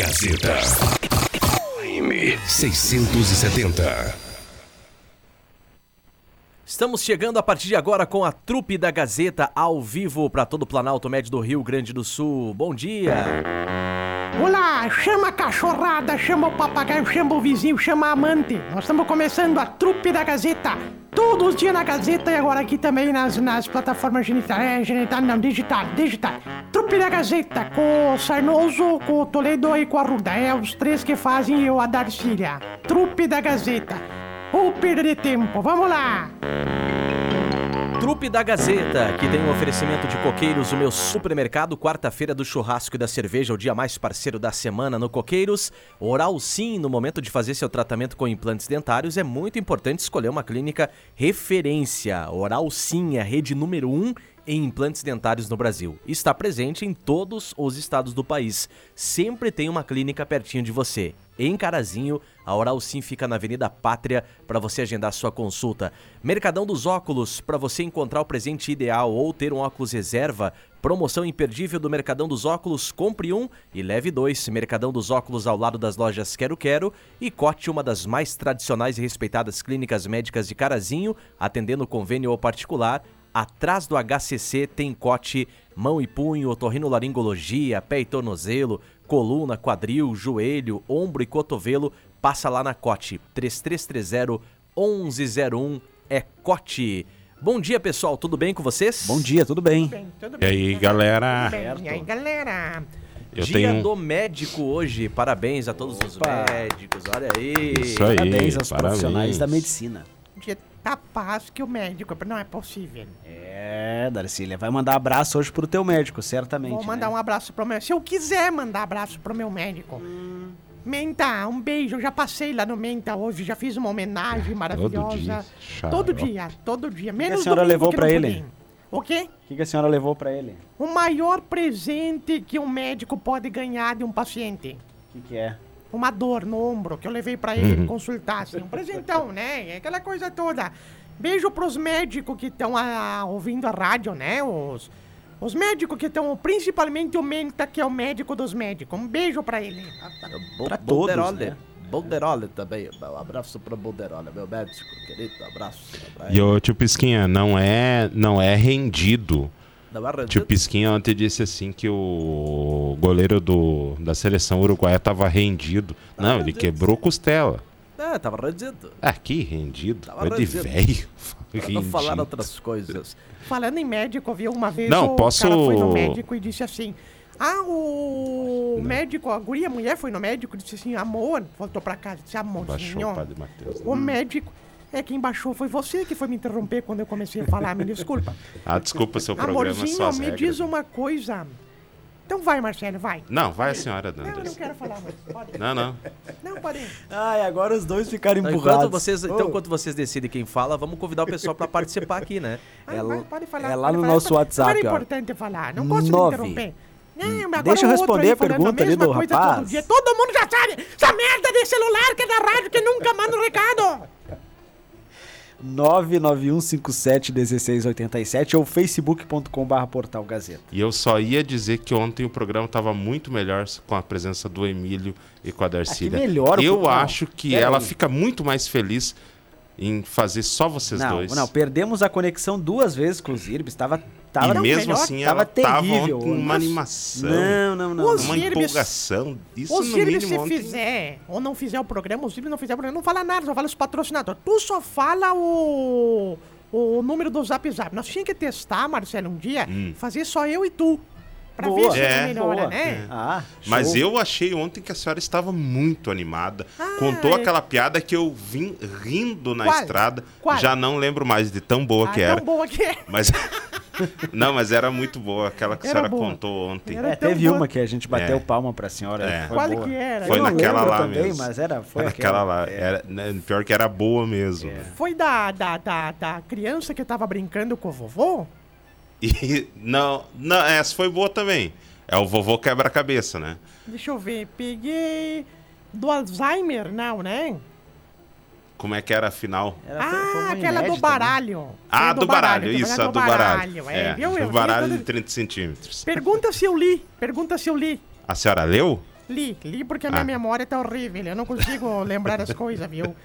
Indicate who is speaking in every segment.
Speaker 1: Gazeta. AM 670.
Speaker 2: Estamos chegando a partir de agora com a trupe da Gazeta ao vivo para todo o Planalto Médio do Rio Grande do Sul. Bom dia!
Speaker 3: Olá, chama a cachorrada, chama o papagaio, chama o vizinho, chama a amante. Nós estamos começando a trupe da Gazeta. Todos os dias na Gazeta e agora aqui também nas, nas plataformas genital, é, genital não, digital, digital. Trupe da Gazeta, com o Sarnoso, com o Toledo e com a Ruda. É os três que fazem eu a Darcília. Trupe da Gazeta. Ou perder tempo, vamos lá.
Speaker 2: Trupe da Gazeta, que tem um oferecimento de Coqueiros, o meu supermercado, quarta-feira do churrasco e da cerveja, o dia mais parceiro da semana no Coqueiros. Oral Sim, no momento de fazer seu tratamento com implantes dentários, é muito importante escolher uma clínica referência. Oral Sim é a rede número 1 um em implantes dentários no Brasil. Está presente em todos os estados do país. Sempre tem uma clínica pertinho de você. Em Carazinho, a Oral Sim fica na Avenida Pátria para você agendar sua consulta. Mercadão dos Óculos, para você encontrar o presente ideal ou ter um óculos reserva. Promoção imperdível do Mercadão dos Óculos, compre um e leve dois. Mercadão dos Óculos ao lado das lojas Quero Quero e Cote, uma das mais tradicionais e respeitadas clínicas médicas de Carazinho, atendendo convênio ou particular. Atrás do HCC tem cote, mão e punho, otorrinolaringologia, pé e tornozelo, coluna, quadril, joelho, ombro e cotovelo. Passa lá na cote. 3330 1101 é cote. Bom dia, pessoal. Tudo bem com vocês?
Speaker 4: Bom dia, tudo bem?
Speaker 3: Tudo
Speaker 5: E aí, galera?
Speaker 3: bem? E aí, galera?
Speaker 5: Eu
Speaker 2: dia
Speaker 5: tenho um
Speaker 2: do médico hoje. Parabéns a todos os médicos. Olha aí.
Speaker 5: isso aí.
Speaker 4: Parabéns aos
Speaker 5: parabéns.
Speaker 4: profissionais da medicina.
Speaker 3: Dia tá paz que o médico, não é possível.
Speaker 4: É, Darcília, vai mandar abraço hoje pro teu médico, certamente.
Speaker 3: Vou mandar
Speaker 4: né?
Speaker 3: um abraço pro meu. Se eu quiser mandar abraço pro meu médico.
Speaker 4: Hum.
Speaker 3: Menta, um beijo. Eu já passei lá no Menta hoje, já fiz uma
Speaker 4: É,
Speaker 3: homenagem maravilhosa.
Speaker 5: dia,
Speaker 3: Todo
Speaker 5: xarope.
Speaker 3: dia, todo dia. Menos
Speaker 4: senhora
Speaker 3: domingo
Speaker 4: levou
Speaker 3: que
Speaker 4: pra
Speaker 3: não
Speaker 4: ele?
Speaker 3: pude. O quê?
Speaker 4: O que, que a senhora levou pra ele? O
Speaker 3: O maior presente que um médico pode ganhar de um paciente.
Speaker 4: que, que é?
Speaker 3: Uma dor no ombro que eu levei pra ele
Speaker 5: Uhum.
Speaker 3: consultar. Assim, um presentão, né? É Aquela coisa toda. Beijo pros médicos que estão ouvindo a rádio, né? Os, os médicos que estão, principalmente o Menta, que é o médico dos médicos. Um beijo pra ele.
Speaker 2: Bo-
Speaker 4: Pra todos,
Speaker 2: Bolderoli.
Speaker 4: né?
Speaker 2: Bolderoli também. Um abraço para Bolderoli, meu médico querido. Um Abraço. pra ele.
Speaker 5: E o tio Pisquinha, não é, não é rendido.
Speaker 2: Não é
Speaker 5: Tio
Speaker 2: rendido?
Speaker 5: Pisquinha ontem disse assim que o goleiro do, da seleção uruguaia tava rendido.
Speaker 3: Ah,
Speaker 5: Não, ele quebrou costela.
Speaker 2: Ah, tava rendido.
Speaker 5: Ah, que rendido.
Speaker 2: Tava
Speaker 5: Foi de
Speaker 2: rendido.
Speaker 5: velho.
Speaker 2: Pra não
Speaker 5: Rendido.
Speaker 2: falar outras coisas.
Speaker 3: Falando em médico, viu? Uma vez
Speaker 5: Não,
Speaker 3: o
Speaker 5: posso-
Speaker 3: cara foi no médico e disse assim... Ah, o médico, a guria, a mulher foi no médico e disse assim, amor, voltou pra casa, disse, amorzinho,
Speaker 5: Baixou o padre Hum. Matheus.
Speaker 3: O médico. É quem baixou foi você que foi me interromper quando eu comecei a falar, me desculpa.
Speaker 5: Ah, desculpa seu programa, é só
Speaker 3: Amorzinho,
Speaker 5: as
Speaker 3: me
Speaker 5: regras.
Speaker 3: diz uma coisa. Então vai, Marcelo, vai.
Speaker 5: Não, vai a senhora,
Speaker 3: Não, eu não
Speaker 5: Dandas.
Speaker 3: quero falar mais. Pode.
Speaker 5: Não, não.
Speaker 3: Não, pode. ir.
Speaker 4: Ai, agora os dois ficaram
Speaker 5: Tá
Speaker 2: Então, enquanto vocês, então, enquanto vocês decidem quem fala, vamos convidar o pessoal para participar aqui, né?
Speaker 3: Vai,
Speaker 4: É
Speaker 3: Ah, vai,
Speaker 4: lá-
Speaker 3: pode falar.
Speaker 4: é lá
Speaker 3: pode
Speaker 4: no
Speaker 3: falar.
Speaker 4: nosso
Speaker 3: Agora
Speaker 4: WhatsApp,
Speaker 3: é
Speaker 4: ó.
Speaker 3: importante falar. Não gosto
Speaker 4: Nove. Hum,
Speaker 3: de interromper. Não, agora
Speaker 4: Deixa eu
Speaker 3: o outro
Speaker 4: responder
Speaker 3: aí
Speaker 4: a
Speaker 3: falando
Speaker 4: pergunta ali
Speaker 3: mesma
Speaker 4: do
Speaker 3: coisa
Speaker 4: rapaz.
Speaker 3: Todo, dia. todo mundo já sabe. Essa merda de celular que é da rádio que nunca manda um recado.
Speaker 4: 991571687 ou facebook.com.br portal Gazeta.
Speaker 5: E eu só ia dizer que ontem o programa estava muito melhor com a presença do Emílio e
Speaker 3: Ah,
Speaker 5: com a Darcília.
Speaker 4: melhor o
Speaker 5: eu
Speaker 4: programa.
Speaker 5: acho que
Speaker 3: É
Speaker 4: Pera
Speaker 3: um-
Speaker 5: ela
Speaker 4: aí.
Speaker 5: fica muito mais feliz em fazer só vocês
Speaker 4: não,
Speaker 5: dois.
Speaker 4: não, perdemos a conexão duas vezes com os Irbes. Tava, tava
Speaker 5: e mesmo
Speaker 3: melhor,
Speaker 5: assim
Speaker 4: tava
Speaker 5: ela tava
Speaker 4: terrível.
Speaker 5: ontem com
Speaker 4: Nossa.
Speaker 5: uma animação,
Speaker 4: Não, não, não.
Speaker 3: Os
Speaker 5: uma
Speaker 3: Zirbes-
Speaker 5: empolgação. Isso
Speaker 3: Ô,
Speaker 5: no
Speaker 3: Silvio,
Speaker 5: mínimo
Speaker 3: se
Speaker 5: ontem.
Speaker 3: fizer ou não fizer o programa, o Silvio não fizer o programa, não fala nada, só fala os patrocinadores. Tu só fala o, o número do Zap Zap. Nós tínhamos que testar, Marcelo, um dia, fazer só eu e tu. Pra
Speaker 4: Boa.
Speaker 3: ver se
Speaker 5: Hum. É.
Speaker 3: melhora,
Speaker 4: Boa.
Speaker 3: né?
Speaker 4: Ah,
Speaker 5: Mas
Speaker 4: show.
Speaker 5: eu achei ontem que a senhora estava muito animada. Contou aquela piada que eu vim rindo na
Speaker 3: Qual?
Speaker 5: estrada.
Speaker 3: Qual?
Speaker 5: Já não lembro mais de tão boa
Speaker 3: Ah,
Speaker 5: que
Speaker 3: tão
Speaker 5: era.
Speaker 3: boa que é.
Speaker 5: Mas. Não, mas era muito boa aquela que a
Speaker 3: Era
Speaker 5: senhora
Speaker 3: boa.
Speaker 5: contou ontem.
Speaker 3: Era
Speaker 4: É,
Speaker 3: tão
Speaker 4: teve
Speaker 3: boa.
Speaker 4: uma que a gente bateu
Speaker 5: É.
Speaker 4: palma pra senhora.
Speaker 5: É.
Speaker 4: Foi
Speaker 3: Qual
Speaker 4: boa.
Speaker 3: que era?
Speaker 5: Foi
Speaker 4: Eu não
Speaker 5: naquela
Speaker 4: lembro
Speaker 5: lá
Speaker 4: também,
Speaker 5: mesmo.
Speaker 4: mas era- foi
Speaker 5: naquela
Speaker 4: aquela.
Speaker 5: lá.
Speaker 4: É.
Speaker 5: Era, né, pior que era boa mesmo.
Speaker 3: Foi da, da, da, da criança que tava brincando com o vovô?
Speaker 5: E não, não, essa foi boa também. É o vovô quebra-cabeça, né?
Speaker 3: Deixa eu ver, peguei do Alzheimer, não, né?
Speaker 5: Como é que era a final?
Speaker 4: Era- foi- foi
Speaker 3: Ah, aquela
Speaker 4: uma
Speaker 3: do
Speaker 4: inédita, né?
Speaker 3: baralho.
Speaker 5: Ah,
Speaker 3: Foi
Speaker 5: do baralho,
Speaker 3: que
Speaker 5: isso,
Speaker 3: foi
Speaker 5: a do baralho.
Speaker 3: É,
Speaker 5: É,
Speaker 3: viu? Eu
Speaker 5: do
Speaker 3: vi
Speaker 5: baralho
Speaker 3: quando-
Speaker 5: de 30 centímetros.
Speaker 3: Pergunta se eu li. Pergunta se eu li.
Speaker 5: A senhora leu?
Speaker 3: Li, li porque a minha
Speaker 5: Ah.
Speaker 3: memória tá horrível. Eu não consigo lembrar as coisas, viu?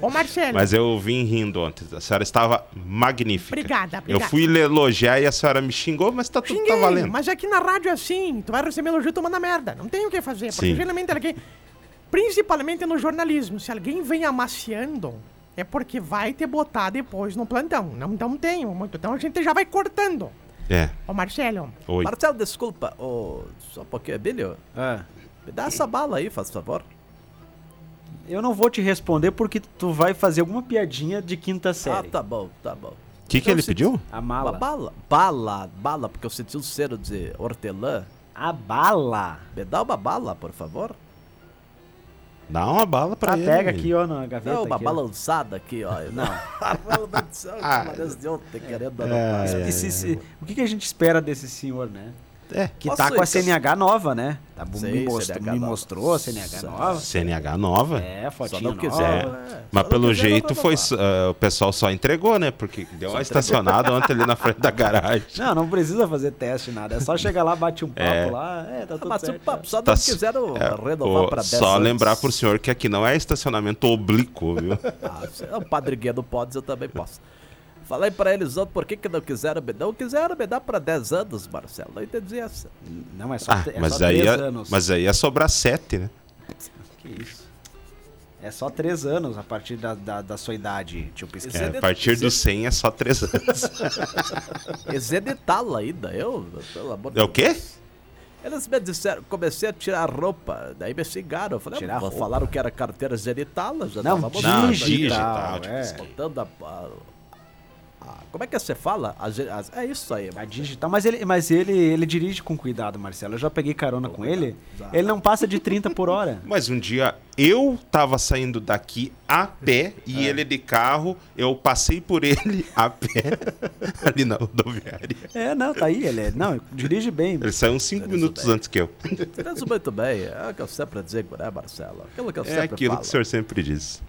Speaker 3: Ô, Marcelo.
Speaker 5: Mas eu vim rindo ontem. A senhora estava magnífica.
Speaker 3: Obrigada,
Speaker 5: Eu
Speaker 3: obrigada.
Speaker 5: fui lhe elogiar e a senhora me xingou, mas tá tudo tá valendo.
Speaker 3: Mas aqui na rádio é assim, tu vai receber elogio tomando merda. Não tem o que fazer, porque
Speaker 5: Sim.
Speaker 3: geralmente alguém. Principalmente no jornalismo, se alguém vem amaciando, é porque vai te botar depois no plantão. Não, não tem muito. Então a gente já vai cortando.
Speaker 5: É,
Speaker 3: Ô Marcelo,
Speaker 5: oi.
Speaker 2: Marcelo, desculpa. Ô, só um pouquinho, Abílio.
Speaker 4: Ah,
Speaker 2: Me dá essa bala aí, faz favor.
Speaker 4: eu não vou te responder porque tu vai fazer alguma piadinha de quinta série.
Speaker 2: Ah, tá bom, tá bom.
Speaker 5: O que, que ele pediu?
Speaker 4: A
Speaker 2: Uma
Speaker 4: mala.
Speaker 2: bala? Bala, bala, porque eu senti um cheiro de hortelã.
Speaker 4: A bala.
Speaker 2: Me dá uma bala, por favor.
Speaker 5: Dá uma bala pra
Speaker 4: Tá,
Speaker 5: ele.
Speaker 4: pega aqui, ó, na gaveta.
Speaker 2: Dá uma
Speaker 4: aqui, ó.
Speaker 2: balançada aqui, ó. Não. Meu Deus do céu,
Speaker 5: Ah.
Speaker 2: que desde ontem, querendo ou
Speaker 5: É,
Speaker 4: Esse-
Speaker 5: é,
Speaker 4: esse- esse- o que, que a gente espera desse senhor, né?
Speaker 5: É.
Speaker 4: Que
Speaker 2: Posso
Speaker 4: tá com a
Speaker 2: ir,
Speaker 4: CNH nova, né? Tá,
Speaker 2: Sim,
Speaker 4: me, most-
Speaker 2: CNH
Speaker 4: me
Speaker 2: nova.
Speaker 4: mostrou a CNH nova.
Speaker 5: CNH nova.
Speaker 4: É,
Speaker 2: Só
Speaker 4: fotinho
Speaker 2: não
Speaker 4: nova.
Speaker 2: quiser.
Speaker 5: É. Mas pelo jeito foi só- ah, o pessoal só entregou, né? Porque deu uma estacionada ontem ali na frente da garagem.
Speaker 4: Não, não precisa fazer teste, nada. É só chegar lá, bate um papo
Speaker 5: É.
Speaker 4: lá. É, tá tudo
Speaker 2: Mas o
Speaker 4: certo.
Speaker 2: um papo só
Speaker 5: Tá
Speaker 2: não
Speaker 5: s-
Speaker 2: quiseram
Speaker 5: é,
Speaker 2: renovar
Speaker 5: o-
Speaker 2: pra 10
Speaker 5: Só
Speaker 2: anos.
Speaker 5: lembrar pro senhor que aqui não é estacionamento oblíquo, viu?
Speaker 2: Ah, se é o Padre Guia não pode, eu também posso. Falei pra eles ontem por que, que não quiseram me dar. Não quiseram me dar pra 10 anos, Marcelo. Não entendi essa.
Speaker 4: Não, é só,
Speaker 5: Ah,
Speaker 4: é
Speaker 5: mas,
Speaker 4: só
Speaker 5: aí
Speaker 4: três
Speaker 5: ia,
Speaker 4: anos.
Speaker 5: mas aí ia sobrar sete, né?
Speaker 4: Que isso? É só três anos a partir da, da, da sua idade, tio Pisquinha.
Speaker 5: É, a partir dos 100 é só três anos.
Speaker 2: Esse é de tala ainda, eu? Pelo amor
Speaker 5: É o quê?
Speaker 2: Eles me disseram, comecei a tirar roupa, daí me xingaram. Eu falei,
Speaker 4: Tirar
Speaker 2: ah,
Speaker 4: roupa.
Speaker 2: falaram que era carteira genital, já
Speaker 4: tá Não,
Speaker 2: tava
Speaker 5: Não,
Speaker 4: digital.
Speaker 5: digital, tipo
Speaker 4: é.
Speaker 5: assim.
Speaker 2: botando a, a- a- Como é que você fala? A ge- a- é isso aí,
Speaker 4: A digital, mas ele, mas ele, ele dirige com cuidado, Marcelo. Eu já peguei carona com ele. Ele não passa de 30 por hora.
Speaker 5: Mas um dia eu tava saindo daqui a pé e ele de carro, eu passei por ele a pé ali na rodoviária.
Speaker 4: É, não, tá aí, ele é, não, dirige bem.
Speaker 5: Ele saiu uns 5 minutos antes que eu.
Speaker 2: Fez muito bem, é o que eu sempre digo, né, Marcelo? Aquilo que eu
Speaker 5: É
Speaker 2: sempre
Speaker 5: aquilo que
Speaker 2: falo.
Speaker 5: o senhor sempre diz.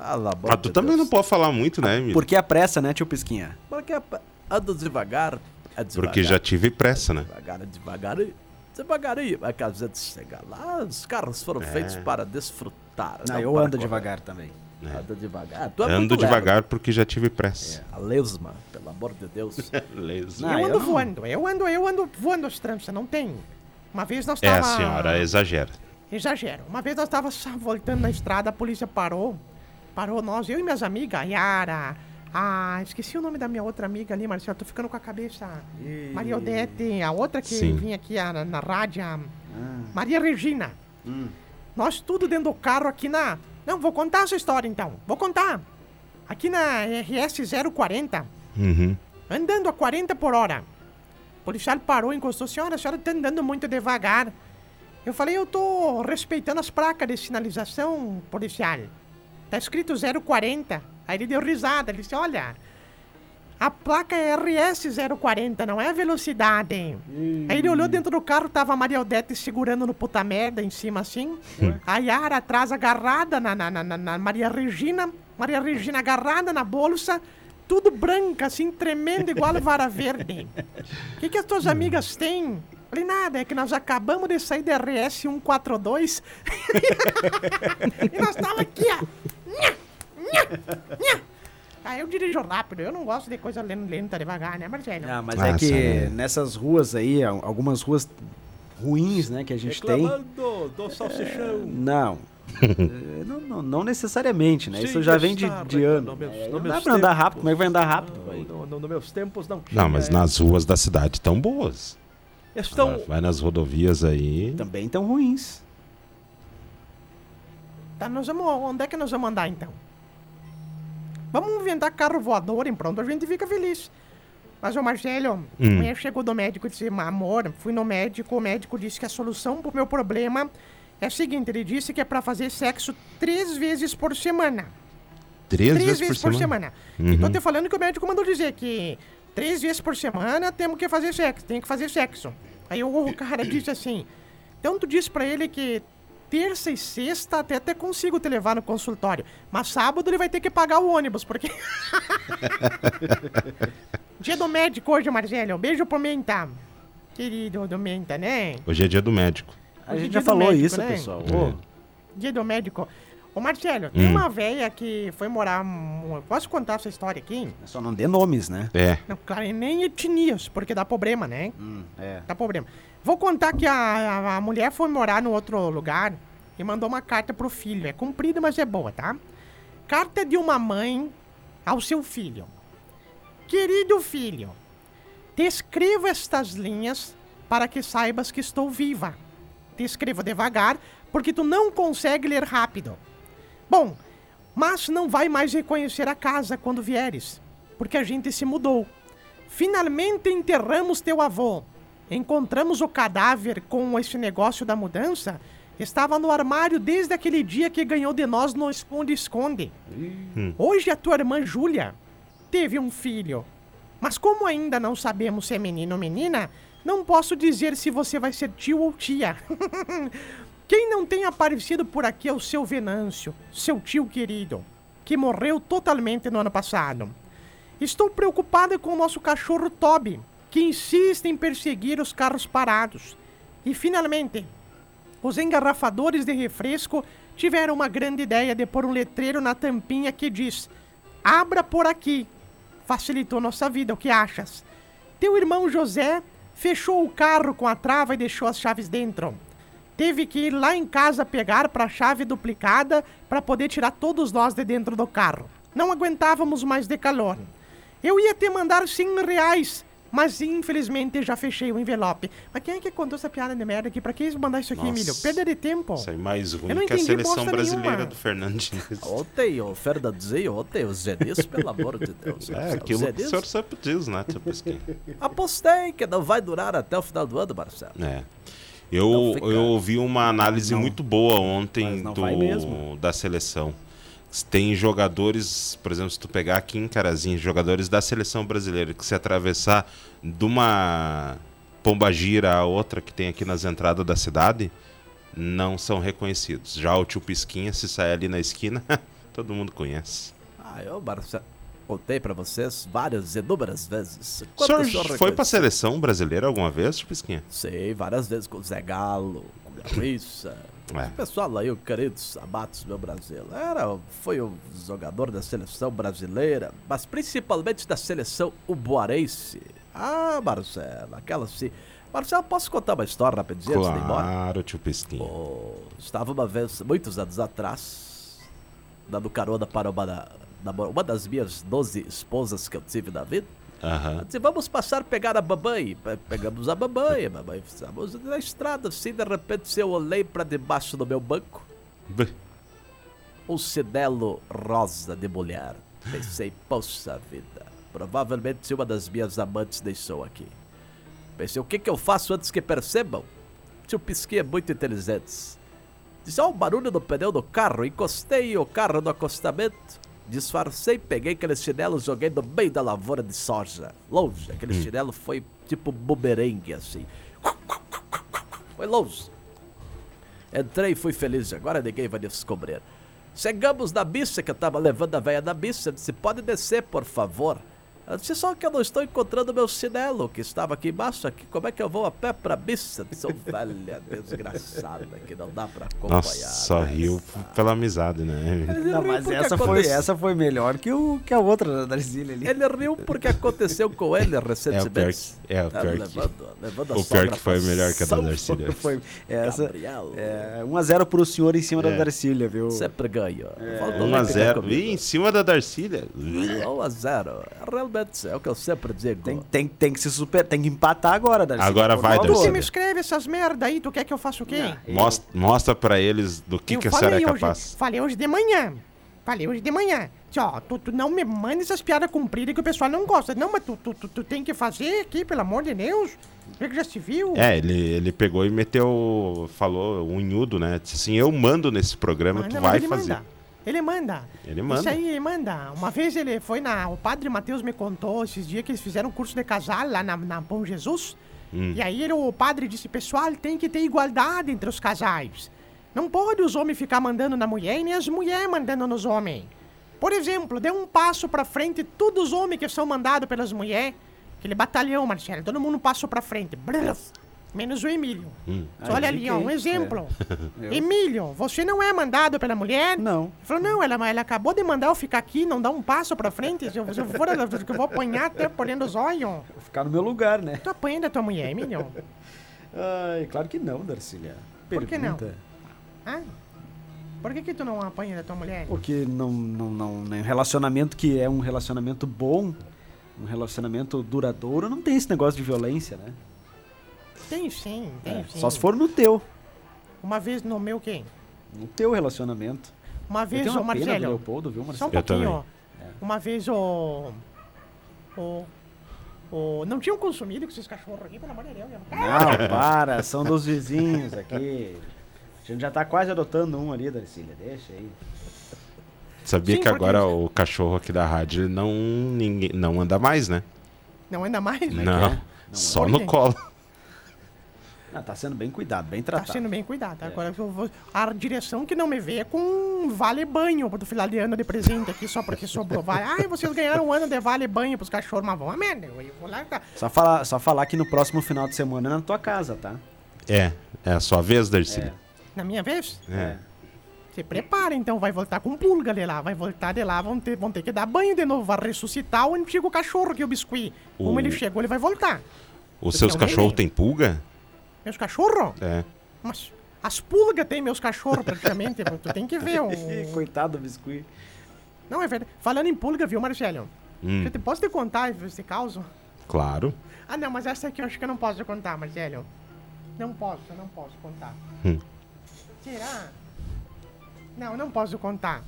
Speaker 2: Ah, lá,
Speaker 5: Ah, tu também não pode falar muito, né, Emílio?
Speaker 4: Porque a pressa, né, tio Pisquinha?
Speaker 2: Porque ando é devagar, é devagar.
Speaker 5: Porque já tive pressa, né?
Speaker 2: Devagar, é devagar, devagarinho. Mas que às vezes chega lá, os carros foram
Speaker 5: É.
Speaker 2: feitos para desfrutar.
Speaker 4: Não,
Speaker 2: não
Speaker 4: eu
Speaker 2: para
Speaker 4: ando
Speaker 2: correr.
Speaker 4: devagar também.
Speaker 2: Anda devagar. Tu é muito
Speaker 5: Ando
Speaker 2: leve. né?
Speaker 5: devagar porque já tive pressa.
Speaker 2: A lesma, pelo amor de Deus.
Speaker 5: Beleza.
Speaker 3: eu
Speaker 4: Não, eu
Speaker 3: ando
Speaker 4: não.
Speaker 3: voando, eu ando, eu ando voando as tranças, não tem. Uma vez nós
Speaker 5: É,
Speaker 3: tava.
Speaker 5: a senhora exagera.
Speaker 3: Exagero. Uma vez nós tava sa- voltando na estrada, a polícia parou. Parou nós, eu e minhas amigas, a Yara. Ah, esqueci o nome da minha outra amiga ali, Marcelo. Tô ficando com a cabeça. Maria Odete, a outra que
Speaker 5: Sim.
Speaker 3: vinha aqui a- na, na rádio. a- Maria Regina. Nós tudo dentro do carro aqui na. Não, vou contar essa história então. Vou contar. Aqui na RS 040
Speaker 5: Uhum.
Speaker 3: andando a 40 por hora. O policial parou, encostou, senhora, a senhora tá andando muito devagar. Eu falei, eu tô respeitando as placas de sinalização, policial. Tá escrito 040. Aí ele deu risada, ele disse, olha, a placa é RS 040, não é a velocidade. Aí ele olhou dentro do carro, tava a Maria Odete segurando no puta merda em cima assim. A Yara atrás agarrada na, na, na, na- na Maria Regina. Maria Regina agarrada na bolsa. Tudo branca, assim, tremendo, igual a vara verde. O que, que as tuas amigas têm? Falei, nada, é que nós acabamos de sair da RS 142 e nós tava aqui, ó. Nha, nha, nha. Ah, eu dirijo rápido, eu não gosto de coisa len- lenta, devagar, né, Marcelo?
Speaker 4: Ah, mas
Speaker 5: Ah,
Speaker 4: é que
Speaker 5: senhora.
Speaker 4: nessas ruas aí, al- algumas ruas ruins, né, que a gente tem.
Speaker 2: Reclamando
Speaker 4: É.
Speaker 2: do salsichão.
Speaker 4: Não. Eh, não, não. não necessariamente, né? Isso
Speaker 2: Sim,
Speaker 4: já vem de,
Speaker 2: está,
Speaker 4: de
Speaker 2: Ricardo,
Speaker 4: ano.
Speaker 2: no meus-
Speaker 4: É,
Speaker 2: no
Speaker 4: Não dá
Speaker 2: meus
Speaker 4: pra andar
Speaker 2: tempos.
Speaker 4: rápido. Como é que vai andar rádio
Speaker 2: Nos
Speaker 4: velho?
Speaker 2: no, no- no meus tempos não tinha.
Speaker 5: Não, mas nas ruas da cidade estão boas.
Speaker 3: Então-
Speaker 2: Estão.
Speaker 5: Agora vai nas rodovias aí.
Speaker 4: Também tão ruins.
Speaker 3: Tá, nós vamos, onde é que nós vamos andar então? Vamos inventar carro voador e pronto, a gente fica feliz. Mas o Marcelo,
Speaker 5: Hum.
Speaker 3: amanhã chegou do médico e disse: "Ma- Amor, fui no médico, o médico disse que a solução pro meu problema é a seguinte: ele disse que é pra fazer sexo três vezes por semana.
Speaker 5: Três,
Speaker 3: Três vezes por semana.
Speaker 5: Uhum.
Speaker 3: Então, tô falando que o médico mandou dizer que três vezes por semana temos que fazer sexo, tem que fazer sexo. Aí o cara disse assim: então tu disse pra ele que terça e sexta até até consigo te levar no consultório, mas sábado ele vai ter que pagar o ônibus, porque. Dia do um médico hoje, Marcelo. Beijo pro Menta. Querido do Menta, né?
Speaker 5: Hoje é dia do médico.
Speaker 4: A
Speaker 3: Hoje é
Speaker 4: gente
Speaker 3: dia
Speaker 4: já
Speaker 3: do
Speaker 4: falou
Speaker 3: médico,
Speaker 4: isso,
Speaker 3: né?
Speaker 4: pessoal.
Speaker 5: É.
Speaker 3: Dia do médico. Ô, Marcelo, tem uma velha que foi morar... mu- Posso contar essa história aqui?
Speaker 4: Ô, É Só não dê nomes, né?
Speaker 5: É.
Speaker 3: Não, claro, e nem etnias, porque dá problema, né?
Speaker 4: Hum, é.
Speaker 3: Dá problema. Vou contar que a, a, a mulher foi morar no outro lugar e mandou uma carta pro filho. É comprida, mas é boa, tá? Carta de uma mãe ao seu filho. Querido filho, te escrevo estas linhas para que saibas que estou viva. Te escrevo devagar, porque tu não consegue ler rápido. Bom, mas não vai mais reconhecer a casa quando vieres, porque a gente se mudou. Finalmente enterramos teu avô. Encontramos o cadáver com esse negócio da mudança. Estava no armário desde aquele dia que ganhou de nós no esconde-esconde. Hoje a tua irmã Júlia teve um filho. Mas como ainda não sabemos se é menino ou menina, não posso dizer se você vai ser tio ou tia. Quem não tem aparecido por aqui é o seu Venâncio, seu tio querido, que morreu totalmente no ano passado. Estou preocupada com o nosso cachorro Toby, que insiste em perseguir os carros parados. E finalmente, os engarrafadores de refresco tiveram uma grande ideia de pôr um letreiro na tampinha que diz: Abra por aqui. Facilitou nossa vida, o que achas? Teu irmão José fechou o carro com a trava e deixou as chaves dentro. Teve que ir lá em casa pegar para a chave duplicada para poder tirar todos nós de dentro do carro. Não aguentávamos mais de calor. Eu ia te mandar 100 reais, mas infelizmente já fechei o envelope. Mas quem é que contou essa piada de merda aqui? Pra que mandar isso aqui,
Speaker 5: Nossa.
Speaker 3: Emílio? Perda de tempo.
Speaker 5: Sai mais
Speaker 3: Eu não
Speaker 5: ruim que a
Speaker 3: entendi
Speaker 5: seleção
Speaker 3: bosta
Speaker 5: brasileira
Speaker 3: nenhuma.
Speaker 5: do Fernandinho.
Speaker 2: Ontem, ô Fernandinho, ontem, o Zé Dias, pelo amor de Deus.
Speaker 5: É
Speaker 2: O
Speaker 5: aquilo
Speaker 2: Zé
Speaker 5: que o
Speaker 2: Dias,
Speaker 5: senhor sempre diz, né, Tupesquim?
Speaker 2: Apostei que não vai durar até o final do ano, Marcelo.
Speaker 5: É. Eu,
Speaker 2: Não fica-
Speaker 5: eu ouvi uma análise
Speaker 4: Não.
Speaker 5: muito boa ontem
Speaker 4: Mas não
Speaker 5: do-
Speaker 4: vai mesmo.
Speaker 5: da seleção. Tem jogadores, por exemplo, se tu pegar aqui em Carazinho, jogadores da seleção brasileira que se atravessar de uma pombagira a outra que tem aqui nas entradas da cidade, não são reconhecidos. Já o tio Pisquinha, se sair ali na esquina, todo mundo conhece.
Speaker 2: Ah, eu, Marcelo, contei pra vocês várias, inúmeras vezes.
Speaker 5: O senhor,
Speaker 2: Quantas horas
Speaker 5: foi
Speaker 2: que-
Speaker 5: pra seleção brasileira alguma vez, tio Pisquinha?
Speaker 2: Sei, várias vezes com o Zé Galo, com a Larissa.
Speaker 5: É.
Speaker 2: O pessoal aí, o querido Sabatos, meu Brasil. Era, foi o jogador da seleção brasileira, mas principalmente da seleção ubuarense. Ah, Marcelo, aquela sim. Marcelo, posso contar uma história rapidinho antes de ir embora?
Speaker 5: Claro, tio Pisquinha.
Speaker 2: Pô, estava uma vez, muitos anos atrás, dando carona para uma, da- namor- uma das minhas 12 esposas que eu tive na vida.
Speaker 5: Aham.
Speaker 2: Ela disse, vamos passar a pegar a mamãe. Pe- Pegamos a mamãe, a mamãe estávamos na estrada, assim, de repente assim, eu olhei para debaixo do meu banco,
Speaker 5: B-
Speaker 2: um chinelo rosa de mulher. Pensei, poxa vida, provavelmente uma das minhas amantes deixou aqui. Pensei, o que que eu faço antes que percebam? Tio Pisquinha é muito inteligente. Disse, ó o barulho do pneu do carro, encostei o carro no acostamento, disfarcei, peguei aquele chinelo, joguei no meio da lavoura de soja, longe. Aquele chinelo foi tipo bumerangue, assim. Foi longe. Entrei e fui feliz, agora ninguém vai descobrir. Chegamos na missa, que eu tava levando a velha na missa, disse, pode descer, por favor. Ela disse, só que eu não estou encontrando meu chinelo, que estava aqui embaixo, aqui, como é que eu vou a pé pra missa? Disse, "Ô, velha desgraçada, que não dá pra acompanhar.
Speaker 5: Nossa, só riu p- pela amizade, né?
Speaker 2: Ele
Speaker 4: Não,
Speaker 2: riu
Speaker 4: mas
Speaker 2: porque
Speaker 4: essa foi,
Speaker 2: aconte-
Speaker 4: essa foi melhor que, o, que a outra da Zilha ali.
Speaker 2: Ele riu porque aconteceu com ele recentemente.
Speaker 5: que- é, o
Speaker 2: Tá
Speaker 5: pior que-
Speaker 2: levando, levando a
Speaker 5: o pior
Speaker 2: sogra
Speaker 5: que foi
Speaker 2: pra
Speaker 5: melhor que a da
Speaker 2: São
Speaker 5: Darcy.
Speaker 2: João.
Speaker 5: Ele-
Speaker 4: Foi essa.
Speaker 2: Gabriel.
Speaker 4: É, 1x0 pro senhor em cima da Darcília, viu?
Speaker 2: Sempre ganho. Faltou nem pegar
Speaker 5: 1x0.
Speaker 2: comigo.
Speaker 5: Ih, em cima da Darcília.
Speaker 2: 1 a 0. Realmente é o que eu sempre digo.
Speaker 4: Tem, tem, tem que se super, tem que empatar agora, Darcy.
Speaker 5: Agora vai,
Speaker 3: Tu
Speaker 5: Darcy.
Speaker 3: que
Speaker 5: Olha.
Speaker 3: me escreve essas merda aí, tu quer que eu faça o quê?
Speaker 5: Mostra, mostra pra eles do que,
Speaker 3: eu
Speaker 5: que a senhora é
Speaker 3: hoje,
Speaker 5: capaz.
Speaker 3: falei hoje de manhã. Falei hoje de manhã. Disse, ó, tu, tu não me manda essas piadas compridas que o pessoal não gosta. Não, mas tu, tu, tu, tu tem que fazer aqui, pelo amor de Deus. Vê que já se viu.
Speaker 5: É, ele, ele pegou e meteu. Falou um unhudo, né? Disse assim: eu mando nesse programa,
Speaker 3: Manda,
Speaker 5: tu
Speaker 3: mas
Speaker 5: vai
Speaker 3: ele
Speaker 5: fazer.
Speaker 3: Manda. Ele manda.
Speaker 5: Ele manda.
Speaker 3: Isso aí, ele manda. Uma vez ele foi na. O padre Matheus me contou esses dias que eles fizeram um curso de casal lá na, na Bom Jesus.
Speaker 5: Hum.
Speaker 3: E aí ele- o padre disse: pessoal, tem que ter igualdade entre os casais. Não pode os homens ficar mandando na mulher e nem as mulheres mandando nos homens. Por exemplo, dê um passo pra frente, todos os homens que são mandados pelas mulheres. Aquele batalhão, Marcelo, todo mundo um passo pra frente. Brrr, Menos o Emílio.
Speaker 5: Hum.
Speaker 3: Mas
Speaker 4: Aí
Speaker 3: Olha ali, ó, um
Speaker 4: fiquei,
Speaker 3: exemplo.
Speaker 4: Eu?
Speaker 3: Emílio, você não é mandado pela mulher?
Speaker 4: Não.
Speaker 3: Ele falou, não, ela, ela acabou de mandar eu ficar aqui, não dar um passo pra frente. Se eu, se eu for, ela- eu vou apanhar até por dentro dos olhos.
Speaker 4: Vou ficar no meu lugar, né?
Speaker 3: Tu apanha da tua mulher, Emílio?
Speaker 4: Ai, claro que não, Darcília.
Speaker 3: Por que não?
Speaker 4: Pergunta.
Speaker 3: Hã? Por que, que tu não apanha da tua mulher?
Speaker 4: Porque não, não, não, né? um relacionamento que é um relacionamento bom, um relacionamento duradouro, não tem esse negócio de violência, né? É,
Speaker 3: Tem sim, tem sim.
Speaker 4: Só se for no teu.
Speaker 3: Uma vez no meu quem?
Speaker 4: No teu relacionamento.
Speaker 3: Uma
Speaker 4: Eu
Speaker 3: vez
Speaker 4: tenho
Speaker 3: o
Speaker 4: uma pena do
Speaker 3: Marcelo.
Speaker 4: Leopoldo, viu,
Speaker 3: Só um
Speaker 4: Marcelo?
Speaker 5: Eu
Speaker 3: pouquinho.
Speaker 5: também.
Speaker 3: ó. Uma vez o. O. O. Não tinham consumido com esses cachorros aqui, pelo amor de Deus. Ah,
Speaker 4: Não, para, são dos vizinhos aqui. A gente já tá quase adotando um ali, Darcília, deixa aí.
Speaker 5: Sabia
Speaker 3: Sim,
Speaker 5: que
Speaker 3: porque-
Speaker 5: agora o cachorro aqui da rádio ele não, ninguém, não anda mais, né?
Speaker 3: Não, ainda mais. né?
Speaker 5: Não, só
Speaker 3: Por
Speaker 5: no
Speaker 3: quê?
Speaker 5: colo.
Speaker 4: Ah, tá sendo bem cuidado, bem
Speaker 3: Tá
Speaker 4: tratado.
Speaker 3: sendo bem cuidado.
Speaker 5: É.
Speaker 3: Agora eu vou- a direção que não me vê é com um vale banho pro final de ano de presente aqui, só porque sobrou. Vale. Ai, vocês ganharam um ano de vale banho pros cachorros, mas vão a merda. Eu vou lá. Tá.
Speaker 4: Só falar, só falar que no próximo final de semana é na tua casa, tá?
Speaker 5: É, é a sua vez, Darcília.
Speaker 3: Na minha vez,
Speaker 5: É.
Speaker 3: se prepara então, vai voltar com pulga de lá. Vai voltar de lá, vão ter, vão ter que dar banho de novo. Vai ressuscitar o antigo cachorro que o biscuit. Como
Speaker 5: O-
Speaker 3: ele chegou, ele vai voltar.
Speaker 5: Os seus
Speaker 3: Porque é um
Speaker 5: cachorros
Speaker 3: neném.
Speaker 5: têm pulga?
Speaker 3: Meus cachorros?
Speaker 5: É.
Speaker 3: Mas as pulgas tem meus cachorros praticamente. tu tem que ver. o-
Speaker 4: Coitado do biscuit.
Speaker 3: Não, é verdade. Falando em pulga, viu, Marcelo?
Speaker 5: Hum,
Speaker 3: Eu te- posso te contar esse caso?
Speaker 5: claro.
Speaker 3: Ah, não, mas essa aqui eu acho que eu não posso contar, Marcelo. Não posso, eu não posso contar.
Speaker 5: Hum.
Speaker 3: Será? Não, eu não posso contar.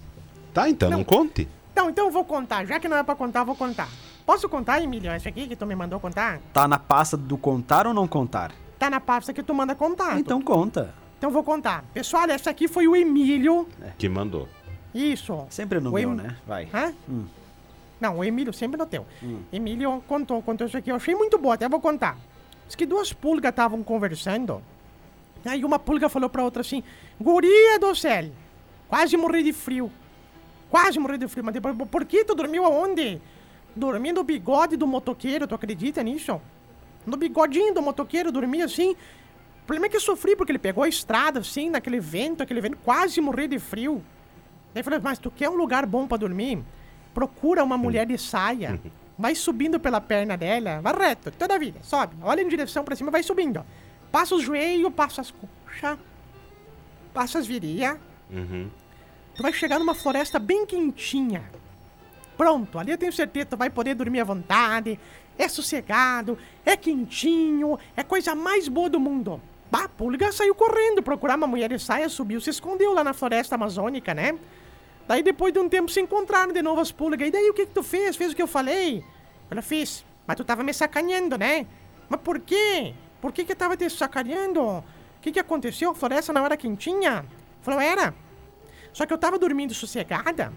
Speaker 5: Tá, então, não,
Speaker 3: Não.
Speaker 5: conte.
Speaker 3: Então, então eu vou contar. Já que não é pra contar, eu vou contar. Posso contar, Emílio? Essa aqui que tu me mandou contar?
Speaker 4: Tá na pasta do contar ou não contar?
Speaker 3: Tá na pasta que tu manda contar.
Speaker 4: Então conta.
Speaker 3: Então eu vou contar. Pessoal, essa aqui foi o Emílio.
Speaker 5: Que mandou.
Speaker 3: Isso.
Speaker 4: Sempre no
Speaker 3: O
Speaker 4: meu,
Speaker 3: Em-
Speaker 4: né? Vai.
Speaker 3: Hã?
Speaker 4: Hum.
Speaker 3: Não, o Emílio sempre no teu. Emílio contou, contou isso aqui. Eu achei muito boa, até vou contar. Diz que duas pulgas estavam conversando. Aí uma pulga falou pra outra assim: Guria do céu, quase morri de frio. Quase morri de frio. Mas depois, por que tu dormiu aonde? Dormi no bigode do motoqueiro, tu acredita nisso? No bigodinho do motoqueiro, dormi assim. O problema é que eu sofri porque ele pegou a estrada assim, naquele vento, aquele vento, quase morri de frio. Daí eu falei, mas tu quer um lugar bom pra dormir? Procura uma mulher de saia. Vai subindo pela perna dela, vai reto, toda a vida, sobe. Olha em direção pra cima, vai subindo. Passa os joelhos, passa as coxas, passa as virilhas.
Speaker 5: Uhum.
Speaker 3: Tu vai chegar numa floresta bem quentinha. Pronto, ali eu tenho certeza que tu vai poder dormir à vontade. É sossegado, é quentinho, é coisa mais boa do mundo. Bah, a pulga saiu correndo procurar uma mulher de saia, subiu, se escondeu lá na floresta amazônica, né? Daí depois de um tempo se encontraram de novo as pulgas. E daí o que que tu fez? Fez o que eu falei? Ela fez. Mas tu tava me sacaneando, né? Mas por quê? Por que que eu tava te sacaneando? O que que aconteceu? A floresta não era quentinha? Falou, era. Só que eu tava dormindo sossegada.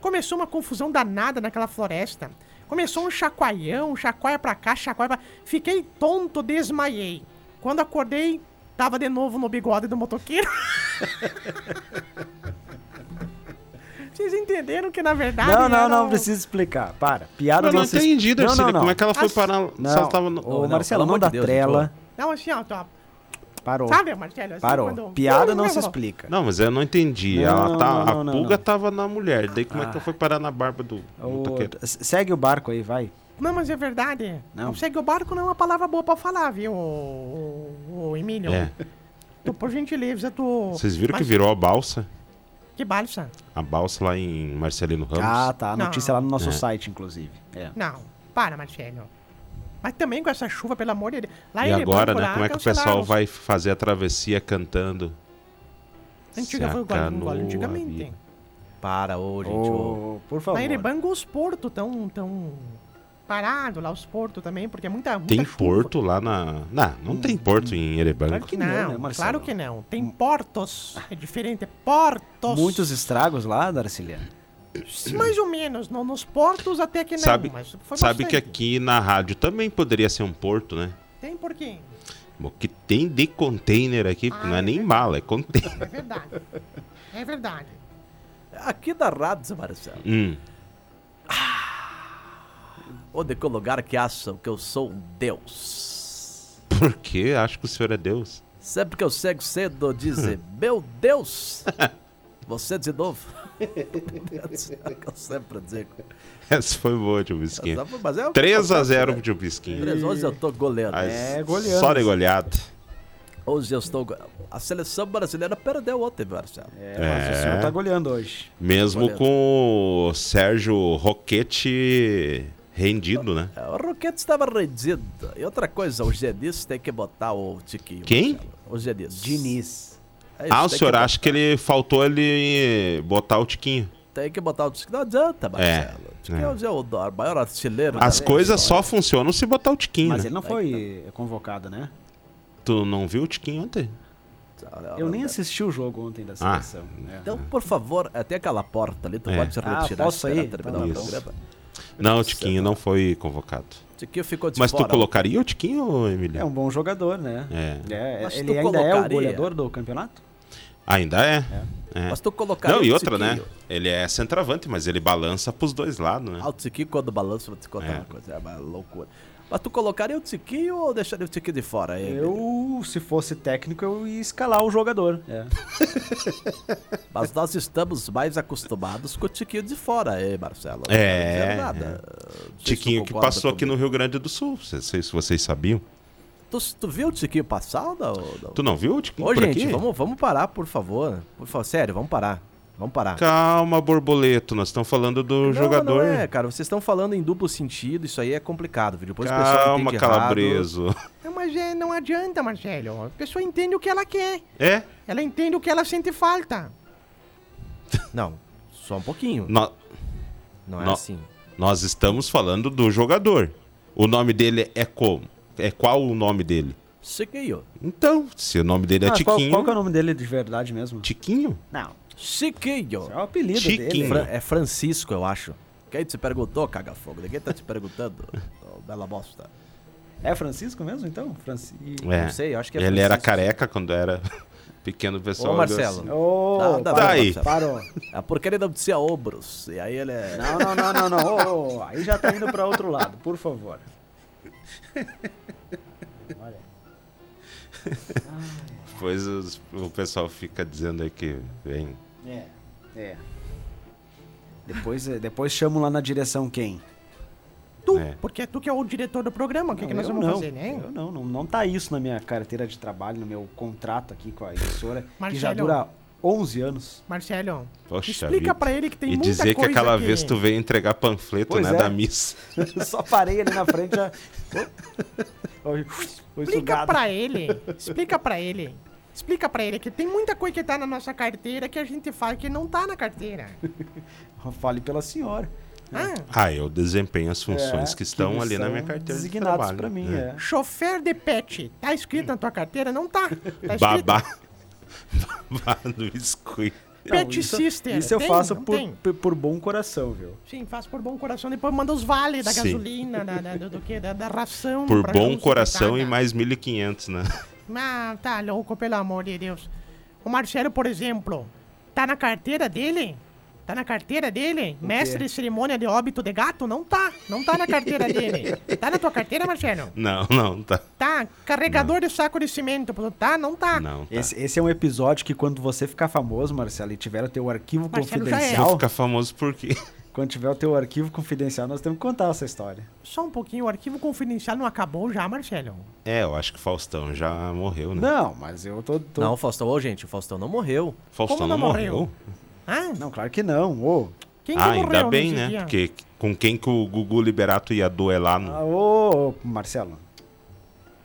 Speaker 3: Começou uma confusão danada naquela floresta. Começou um chacoalhão, chacoalha pra cá, chacoalha pra... Fiquei tonto, desmaiei. Quando acordei, tava de novo no bigode do motoqueiro. Vocês entenderam que, na verdade...
Speaker 4: Não, não,
Speaker 3: era um
Speaker 4: não
Speaker 3: o-
Speaker 4: precisa explicar. Para. Piada
Speaker 5: Eu não
Speaker 4: se es-
Speaker 5: entendi, Darcília. Como é que ela foi
Speaker 3: As-
Speaker 5: parar?
Speaker 4: Não,
Speaker 5: Se ela tava no-
Speaker 4: Ô,
Speaker 2: Não, não,
Speaker 4: Marcelo,
Speaker 2: pelo
Speaker 4: não
Speaker 2: amor de
Speaker 4: dá
Speaker 2: Deus,
Speaker 4: trela.
Speaker 3: Não, assim, ó, tô...
Speaker 4: Parou.
Speaker 3: Sabe, Marcelo? Assim,
Speaker 4: Parou.
Speaker 3: quando-
Speaker 4: Piada não se
Speaker 3: lembro.
Speaker 4: explica.
Speaker 5: Não, mas eu não entendi.
Speaker 4: Não,
Speaker 5: ela tá,
Speaker 4: não, não, não,
Speaker 5: a pulga
Speaker 4: não.
Speaker 5: tava na mulher. Daí como é que ela foi parar na barba do
Speaker 4: Ô,
Speaker 5: motoqueiro?
Speaker 4: s- segue o barco aí, vai.
Speaker 3: Não, mas é verdade.
Speaker 4: Não.
Speaker 3: Não. Segue o barco não é uma palavra boa pra falar, viu, ô, ô, ô, Emílio?
Speaker 5: É.
Speaker 3: Tu, por gentileza, tu...
Speaker 5: Vocês viram que
Speaker 3: Mas-
Speaker 5: virou a balsa?
Speaker 3: Que balsa?
Speaker 5: A balsa lá em Marcelino Ramos.
Speaker 4: Ah, tá. A
Speaker 3: Não.
Speaker 4: notícia lá no nosso site, inclusive. É.
Speaker 3: Não, para, Marcelo. Mas também com essa chuva, pelo amor de Deus. Lá
Speaker 5: E
Speaker 3: em
Speaker 5: agora,
Speaker 3: Lebanco,
Speaker 5: né?
Speaker 3: lá,
Speaker 5: Como é que o
Speaker 3: cancelaram.
Speaker 5: pessoal vai fazer a travessia cantando?
Speaker 3: Antiga
Speaker 5: Se
Speaker 3: foi
Speaker 5: a
Speaker 3: o Guarda do Gole,
Speaker 5: canoa
Speaker 3: antigamente.
Speaker 2: Para, ô, gente. ô.
Speaker 4: Ô, por favor.
Speaker 3: Lá em Erebango, os portos tão, tão parado lá os portos também, porque é muita, muita
Speaker 5: Tem
Speaker 3: chuva.
Speaker 5: porto lá na. Não, não tem porto em
Speaker 4: Claro
Speaker 5: Erebanco.
Speaker 4: que não,
Speaker 3: Não,
Speaker 4: né, Marcelo?
Speaker 3: claro que não. Tem portos. É diferente. Portos.
Speaker 4: Muitos estragos lá, Darcilia.
Speaker 3: Mais ou menos. No, nos portos até que não.
Speaker 5: sabe
Speaker 3: mas foi
Speaker 5: sabe que
Speaker 3: bastante.
Speaker 5: aqui na rádio também poderia ser um porto, né?
Speaker 3: Tem por quê?
Speaker 5: O que tem de container aqui, não é nem mala, é container.
Speaker 3: É verdade. é verdade.
Speaker 2: Aqui da Rádio, Marcelo.
Speaker 5: Hum,
Speaker 2: Ah, Onde colocar que acham que eu sou um deus.
Speaker 5: Por que acho que o senhor é Deus?
Speaker 2: Sempre que eu chego cedo, dizem, meu Deus, você de novo. É o que eu sempre digo.
Speaker 5: Essa foi boa, tio Bisquinho.
Speaker 2: Mas é
Speaker 5: 3x0 pro tio Bisquinho.
Speaker 2: Três hoje eu tô goleando.
Speaker 5: Mas
Speaker 4: É, goleando.
Speaker 5: Só de goleada.
Speaker 2: Hoje eu estou. go- A seleção brasileira perdeu ontem, Marcelo.
Speaker 4: É, mas o senhor tá goleando hoje.
Speaker 5: Mesmo
Speaker 2: Goleada.
Speaker 5: com o Sérgio Roquete rendido, né?
Speaker 2: É, O Roquete estava rendido. E outra coisa, o Genis tem que botar o Tiquinho.
Speaker 5: Quem?
Speaker 2: Marcelo. O Genis.
Speaker 4: Diniz.
Speaker 2: É isso,
Speaker 5: Ah, o
Speaker 2: tem
Speaker 5: senhor
Speaker 2: que
Speaker 5: acha que ele faltou ele botar o Tiquinho?
Speaker 2: bo- Tem que botar o Tiquinho. Não adianta, Marcelo. O Tiquinho
Speaker 5: é.
Speaker 2: hoje é o do- maior artilheiro.
Speaker 5: As
Speaker 2: da-
Speaker 5: coisas só funcionam se botar o Tiquinho,
Speaker 4: Mas
Speaker 5: né?
Speaker 4: ele não foi convocado, né?
Speaker 5: Tu não viu o Tiquinho ontem?
Speaker 4: Eu nem assisti o jogo ontem da
Speaker 5: Tá Ah.
Speaker 4: seleção. É.
Speaker 2: Então, por favor, até aquela porta ali, tu
Speaker 5: É.
Speaker 2: pode se
Speaker 4: Ah,
Speaker 2: retirar.
Speaker 4: posso
Speaker 2: esperar
Speaker 4: ir?
Speaker 2: terminar
Speaker 4: Tá
Speaker 2: o
Speaker 5: bom.
Speaker 2: programa.
Speaker 5: Não, o Tiquinho não foi convocado.
Speaker 2: O Tiquinho ficou de
Speaker 5: Mas tu
Speaker 2: fora.
Speaker 5: colocaria o Tiquinho,
Speaker 4: É
Speaker 5: Emiliano?
Speaker 4: um bom jogador, né?
Speaker 5: É.
Speaker 4: É,
Speaker 2: Mas
Speaker 4: ele
Speaker 2: tu
Speaker 4: ainda é o
Speaker 2: colocaria?
Speaker 4: goleador do campeonato?
Speaker 5: Ainda é. É.
Speaker 2: Mas tu colocaria
Speaker 5: Não,
Speaker 2: o
Speaker 5: e outra, né?
Speaker 2: Tiquinho.
Speaker 5: Ele é centroavante, mas ele balança pros dois lados, né?
Speaker 2: Ah, o Tiquinho, quando balança, vou te contar
Speaker 5: É.
Speaker 2: uma coisa, é uma loucura. Mas tu colocaria o Tiquinho ou deixaria o Tiquinho de fora? aí?
Speaker 4: Eu, se fosse técnico, eu ia escalar o jogador. É.
Speaker 2: Mas nós estamos mais acostumados com o Tiquinho de fora, hein, Marcelo?
Speaker 5: É,
Speaker 2: Não nada.
Speaker 5: é.
Speaker 2: Não sei se tu
Speaker 5: Tiquinho que
Speaker 2: concorda
Speaker 5: passou aqui
Speaker 2: comigo.
Speaker 5: no Rio Grande do Sul. Não sei se vocês sabiam.
Speaker 2: Tu, tu viu o Tiquinho passar ou não? não?
Speaker 5: Tu não viu o Tiquinho
Speaker 2: Ô,
Speaker 5: por
Speaker 2: gente,
Speaker 5: aqui?
Speaker 2: vamos, vamos parar, por favor. Por favor, sério, vamos parar. Vamos parar.
Speaker 5: Calma, Borboleto. Nós estamos falando do
Speaker 2: Não,
Speaker 5: jogador.
Speaker 2: Não é, cara. Vocês estão falando em duplo sentido, isso aí é complicado. viu? Depois o pessoal
Speaker 5: Calma,
Speaker 2: entende errado.
Speaker 5: Calabreso.
Speaker 3: Não, mas é, não adianta, Marcelo. A pessoa entende o que ela quer.
Speaker 5: É?
Speaker 3: Ela entende o que ela sente falta.
Speaker 2: Não, só um pouquinho.
Speaker 5: nó-
Speaker 2: Não é
Speaker 5: Não.
Speaker 2: assim.
Speaker 5: nós estamos falando do jogador. O nome dele é como? É qual o nome dele?
Speaker 2: Chiquinho.
Speaker 5: Então, se o nome dele é
Speaker 4: Ah, qual,
Speaker 5: Tiquinho.
Speaker 4: qual que é o nome dele de verdade mesmo?
Speaker 5: Tiquinho?
Speaker 4: Não,
Speaker 2: Chiquinho.
Speaker 4: é o apelido
Speaker 5: Tiquinho.
Speaker 4: dele.
Speaker 2: Fra- é Francisco, eu acho. Quem te perguntou, caga-fogo? Ninguém tá te perguntando, ô bela bosta.
Speaker 4: É Francisco mesmo, então? Franci...
Speaker 5: É.
Speaker 2: Não sei, eu acho que é
Speaker 5: Ele era
Speaker 2: Francisco.
Speaker 5: careca quando era pequeno o pessoal.
Speaker 2: Ô,
Speaker 5: olhou
Speaker 2: Marcelo.
Speaker 5: assim.
Speaker 4: Ô,
Speaker 2: Nada,
Speaker 4: parou,
Speaker 5: daí.
Speaker 4: parou.
Speaker 2: É porque ele não tinha ombros. E aí ele é...
Speaker 4: Não, não, não, não, não. Ô, ô, aí já tá indo pra outro lado, por favor.
Speaker 5: Depois os- o pessoal fica dizendo aí que vem.
Speaker 4: É, é. Depois, eh, depois chamo lá na direção quem?
Speaker 3: Tu,
Speaker 5: É.
Speaker 3: porque é tu que é o diretor do programa. O que, que nós
Speaker 4: eu
Speaker 3: vamos
Speaker 4: não.
Speaker 3: fazer, né?
Speaker 4: Eu não, não, não tá isso na minha carteira de trabalho, no meu contrato aqui com a emissora, que já
Speaker 3: Marcelo.
Speaker 4: dura 11 anos.
Speaker 3: Marcelo,
Speaker 5: Poxa
Speaker 3: explica
Speaker 5: vida.
Speaker 3: pra ele que tem
Speaker 5: e
Speaker 3: muita
Speaker 5: dizer que
Speaker 3: coisa
Speaker 5: aquela
Speaker 3: que-
Speaker 5: vez tu veio entregar panfleto,
Speaker 4: Pois
Speaker 5: né,
Speaker 4: é.
Speaker 5: da missa.
Speaker 4: Só parei ali na frente já. Foi- Foi
Speaker 3: Explica
Speaker 4: sugado.
Speaker 3: pra ele. Explica pra ele. Explica pra ele que tem muita coisa que tá na nossa carteira que a gente fala que não tá na carteira.
Speaker 5: É.
Speaker 4: Fale pela senhora.
Speaker 3: Ah,
Speaker 5: Ah, eu desempenho as funções
Speaker 4: É,
Speaker 5: que estão ali na
Speaker 4: são
Speaker 5: minha carteira de
Speaker 4: designados
Speaker 5: trabalho.
Speaker 4: pra mim, é.
Speaker 5: né?
Speaker 3: chofer de pet. Tá escrito na tua carteira? Não tá. tá escrito
Speaker 5: Babá. Babá no biscoito.
Speaker 3: Pet
Speaker 4: isso,
Speaker 3: sister.
Speaker 4: Isso eu
Speaker 3: Tem?
Speaker 4: faço
Speaker 3: Não
Speaker 4: por,
Speaker 3: tem?
Speaker 4: por- por bom coração, viu?
Speaker 5: Tá.
Speaker 3: Sim, faz por bom coração. Depois manda os vales da
Speaker 5: Sim.
Speaker 3: gasolina, da, da- do, do que? Da, da ração.
Speaker 5: Por
Speaker 3: pra
Speaker 5: bom
Speaker 3: gente, né?
Speaker 5: coração
Speaker 3: coitada.
Speaker 5: e mais 1.500, né?
Speaker 3: Ah, tá louco, pelo amor de Deus. O Marcelo, por exemplo, tá na carteira dele? Tá na carteira dele? Mestre de cerimônia de óbito de gato? Não tá. Não tá na carteira dele. Tá na tua carteira, Marcelo?
Speaker 5: Não, não, tá.
Speaker 3: Tá. Carregador de saco de cimento. Tá? Não tá.
Speaker 5: Não, tá.
Speaker 4: Esse, esse é um episódio que quando você ficar famoso, Marcelo, e tiver o teu arquivo
Speaker 3: Marcelo já é.
Speaker 5: Vou
Speaker 4: confidencial,
Speaker 5: ficar famoso por quê?
Speaker 4: quando tiver o teu arquivo confidencial, nós temos que contar essa história.
Speaker 3: Só um pouquinho. O arquivo confidencial não acabou já, Marcelo?
Speaker 5: É, eu acho que o Faustão já morreu, né?
Speaker 4: Não, mas eu tô, tô-
Speaker 2: Não, o Faustão, ô gente, o Faustão não morreu.
Speaker 5: Faustão
Speaker 3: como
Speaker 5: não
Speaker 3: não
Speaker 5: morreu?
Speaker 3: morreu? Ah,
Speaker 4: Não, claro que não. Ô,
Speaker 3: quem que
Speaker 5: Ah,
Speaker 3: morreu
Speaker 5: ainda bem,
Speaker 3: nesse
Speaker 5: né?
Speaker 3: dia?
Speaker 5: Porque com quem que o Gugu Liberato ia duelar no...
Speaker 4: Ah, ô, ô, Marcelo.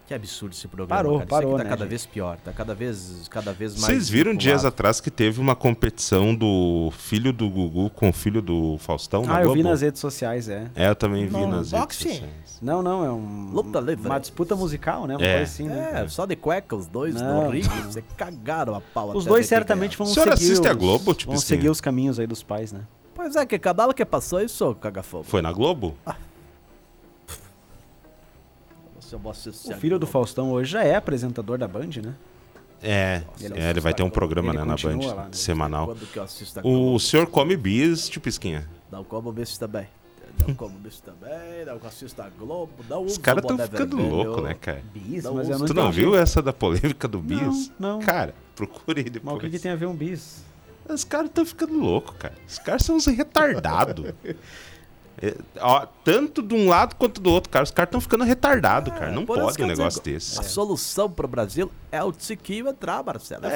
Speaker 2: Que absurdo esse programa,
Speaker 4: Parou,
Speaker 2: cara.
Speaker 4: parou,
Speaker 2: Isso aqui tá
Speaker 4: né,
Speaker 2: cada
Speaker 4: gente?
Speaker 2: vez pior, tá cada vez, cada vez mais...
Speaker 5: Vocês viram dias
Speaker 2: vinculado.
Speaker 5: atrás que teve uma competição do filho do Gugu com o filho do Faustão?
Speaker 4: Ah,
Speaker 5: na
Speaker 4: eu vi
Speaker 5: Globo?
Speaker 4: nas redes sociais, é.
Speaker 5: É, eu também vi
Speaker 3: No
Speaker 5: nas redes
Speaker 3: boxe?
Speaker 5: sociais.
Speaker 4: Não, não, é um,
Speaker 2: Luta livre.
Speaker 4: uma disputa musical, né? Uma
Speaker 5: É.
Speaker 4: coisa assim, né?
Speaker 2: É, só de cueca, os dois
Speaker 4: Não.
Speaker 2: no ringue, você cagaram a pau até
Speaker 4: Os dois
Speaker 2: ver quem
Speaker 4: certamente
Speaker 5: O
Speaker 4: vão
Speaker 5: senhor
Speaker 4: seguir
Speaker 5: assiste
Speaker 4: os,
Speaker 5: a Globo, tipo
Speaker 4: vão
Speaker 5: assim?
Speaker 4: seguir os caminhos aí dos pais, né?
Speaker 2: ganhava. Pois é, que cadala que passou isso, cagafogo.
Speaker 5: Foi na Globo?
Speaker 2: Seu bosta, esse
Speaker 4: O filho do Faustão hoje já é apresentador da Band, né?
Speaker 5: É,
Speaker 4: Ele-
Speaker 5: é, ele vai ter um programa
Speaker 4: ele
Speaker 5: né, na
Speaker 4: continua
Speaker 5: Band,
Speaker 4: lá, né?
Speaker 5: semanal.
Speaker 2: Quando que eu assisto a tá Globo?
Speaker 5: O senhor come bis, tipo Pisquinha?
Speaker 2: Não como bicho também. não como bicho também, não assisto a Globo, não
Speaker 5: Os
Speaker 2: uso
Speaker 5: caras
Speaker 2: boné
Speaker 5: estão ficando
Speaker 2: vermelho.
Speaker 5: loucos, né, cara?
Speaker 4: Bis,
Speaker 2: Não,
Speaker 4: mas eu
Speaker 2: tu
Speaker 4: não
Speaker 5: Tu não
Speaker 4: entendi.
Speaker 5: viu essa da polêmica do Bis?
Speaker 4: Então, não.
Speaker 5: Cara, procure aí
Speaker 4: Mas
Speaker 5: depois.
Speaker 4: o que, que tem a ver um bis?
Speaker 5: Os caras estão ficando loucos, cara. Os caras são uns retardados. É, ó, tanto de um lado quanto do outro, cara. Os caras estão ficando
Speaker 4: Ah,
Speaker 5: retardados, cara. Não
Speaker 2: É, por isso
Speaker 5: pode
Speaker 2: que
Speaker 5: um
Speaker 2: eu
Speaker 5: negócio
Speaker 2: digo,
Speaker 5: desse.
Speaker 2: A solução pro Brasil é o Tiquinho entrar, Marcelo.
Speaker 5: É,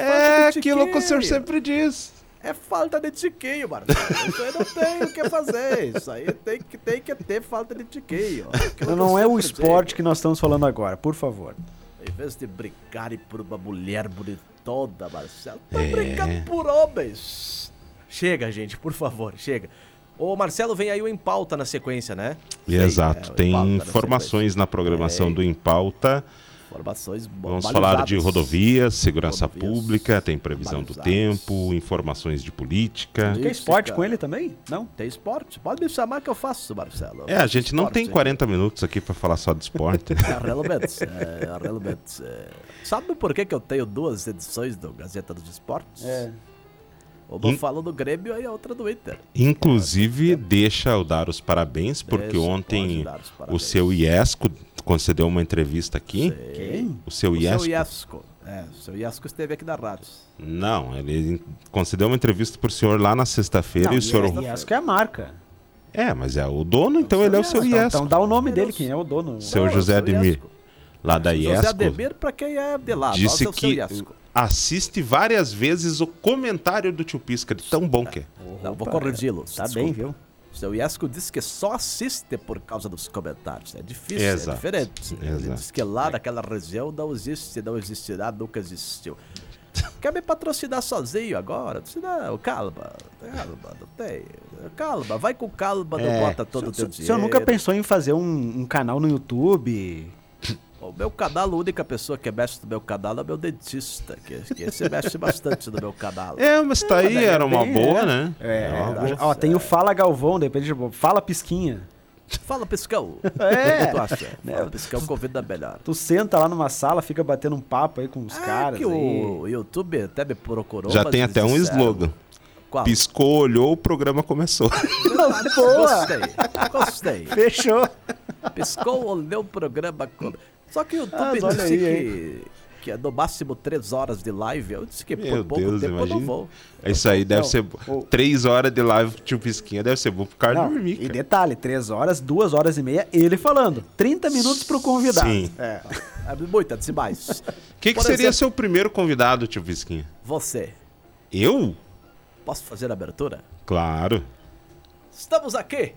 Speaker 2: falta de
Speaker 5: aquilo que o senhor
Speaker 2: Tiquinho.
Speaker 5: sempre diz.
Speaker 2: É falta de tiquinho, Marcelo. Isso aí não tem o que fazer. Isso aí tem que, tem que ter falta de tiquinho. Aquilo
Speaker 4: Não,
Speaker 2: que eu
Speaker 4: é o
Speaker 2: sempre
Speaker 4: esporte que nós estamos falando agora, por favor.
Speaker 2: digo. Em vez de brigarem por uma mulher bonitona, Marcelo, tá
Speaker 5: É.
Speaker 2: brigando por homens.
Speaker 6: Chega, gente, por favor, chega. Ô, Marcelo, vem aí o Em Pauta na sequência, né?
Speaker 5: Exato.
Speaker 2: é, o
Speaker 5: Tem
Speaker 2: Impauta, né,
Speaker 5: informações na programação do Impauta.
Speaker 2: Informações
Speaker 5: Vamos falar de rodovias, segurança
Speaker 2: Rodovias.
Speaker 5: pública, tem previsão do
Speaker 2: Balizadas.
Speaker 5: tempo, informações de política.
Speaker 2: Isso,
Speaker 4: Quer esporte
Speaker 2: cara.
Speaker 4: com ele também? Não?
Speaker 2: Tem esporte? Pode me chamar que eu faço, Marcelo.
Speaker 5: É, a gente não
Speaker 2: Esporte.
Speaker 5: tem 40 minutos aqui pra falar só de esporte.
Speaker 2: É, Realmente, é, realmente. é. Sabe por que, que eu tenho duas edições do Gazeta dos Esportes?
Speaker 4: É.
Speaker 2: Uma
Speaker 5: Hum.
Speaker 2: fala do Grêmio e a outra do Inter.
Speaker 5: Inclusive, deixa eu dar os parabéns, porque
Speaker 2: Deixa,
Speaker 5: ontem
Speaker 2: pode dar os parabéns.
Speaker 5: o seu Iesco concedeu uma entrevista aqui.
Speaker 4: Quem?
Speaker 5: O seu
Speaker 2: O
Speaker 5: Iesco?
Speaker 2: seu Iasco. É, o seu Iasco esteve aqui na rádio.
Speaker 5: Não, ele concedeu uma entrevista pro senhor lá na sexta-feira
Speaker 4: Não,
Speaker 5: e o senhor.
Speaker 4: Iesco- Iesco é a marca.
Speaker 5: É, mas é o dono, então ele é o seu
Speaker 4: Então,
Speaker 5: Iesco.
Speaker 4: então dá o nome dele, quem é o dono.
Speaker 5: Seu
Speaker 2: Não, é o
Speaker 5: José
Speaker 2: seu
Speaker 5: Ademir,
Speaker 2: Iesco.
Speaker 5: lá da
Speaker 2: José
Speaker 5: Iesco,
Speaker 2: Ademir, pra quem é de lá,
Speaker 5: disse
Speaker 2: nós é o seu
Speaker 5: que
Speaker 2: Iasco.
Speaker 5: assiste várias vezes o comentário do tio Pisca, de tão bom que é.
Speaker 2: Não, vou corrigi-lo.
Speaker 4: Tá
Speaker 2: desculpa.
Speaker 4: bem, viu?
Speaker 2: O seu Iesco disse que só assiste por causa dos comentários. É difícil,
Speaker 5: Exato.
Speaker 2: é diferente. Ele
Speaker 5: Exato.
Speaker 2: diz que lá naquela região não existe, não existirá, nunca existiu. Quer me patrocinar sozinho agora? Disse, Não, calma, calma, não tem. Calma, vai com calma, não
Speaker 5: É,
Speaker 2: bota todo
Speaker 4: O
Speaker 2: o teu
Speaker 4: senhor,
Speaker 2: dinheiro.
Speaker 4: nunca pensou em fazer um, um canal no YouTube?
Speaker 2: O meu canal, a única pessoa que mexe no meu canal é o meu dentista, que, que esse mexe bastante no meu canal.
Speaker 5: É, mas tá aí, era uma boa, né?
Speaker 4: É,
Speaker 5: Era uma boa.
Speaker 4: ó, tem o Fala Galvão, de repente, tipo, Fala Pisquinha.
Speaker 2: Fala, Piscão.
Speaker 4: É.
Speaker 2: O que tu acha?
Speaker 5: Né?
Speaker 2: Fala, Piscão, convida melhor.
Speaker 4: Tu senta lá numa sala, fica batendo um papo aí com os
Speaker 2: É
Speaker 4: caras.
Speaker 2: que
Speaker 4: aí.
Speaker 2: o YouTube até me procurou.
Speaker 5: Já
Speaker 2: mas
Speaker 5: tem
Speaker 2: eles
Speaker 5: até um
Speaker 2: disseram-
Speaker 5: slogan.
Speaker 2: Qual?
Speaker 5: Piscou, olhou, o programa começou.
Speaker 4: Boa!
Speaker 2: Gostei, gostei.
Speaker 4: Fechou.
Speaker 2: Piscou, olhou o programa. com- Só que o YouTube
Speaker 4: Ah, Mas olha
Speaker 2: disse
Speaker 4: aí,
Speaker 2: que, que é no máximo 3 horas de live. Eu disse que por
Speaker 5: Meu
Speaker 2: pouco
Speaker 5: Deus,
Speaker 2: tempo eu não
Speaker 5: imagina. É
Speaker 2: vou.
Speaker 5: Isso aí deve
Speaker 4: Não,
Speaker 5: ser. bo-
Speaker 4: o-
Speaker 5: Três horas de live, tio Pisquinha, deve ser bom pro cara
Speaker 4: Não,
Speaker 5: dormir.
Speaker 4: e
Speaker 5: cara.
Speaker 4: detalhe, três horas, duas horas e meia, ele falando. 30 minutos pro convidado.
Speaker 5: Sim.
Speaker 4: É.
Speaker 2: É muito, antes de mais.
Speaker 5: O que, que
Speaker 2: Por
Speaker 5: seria
Speaker 2: exemplo,
Speaker 5: seu primeiro convidado, tio Pisquinha?
Speaker 2: Você,
Speaker 5: Eu?
Speaker 2: posso fazer a abertura?
Speaker 5: Claro.
Speaker 2: Estamos aqui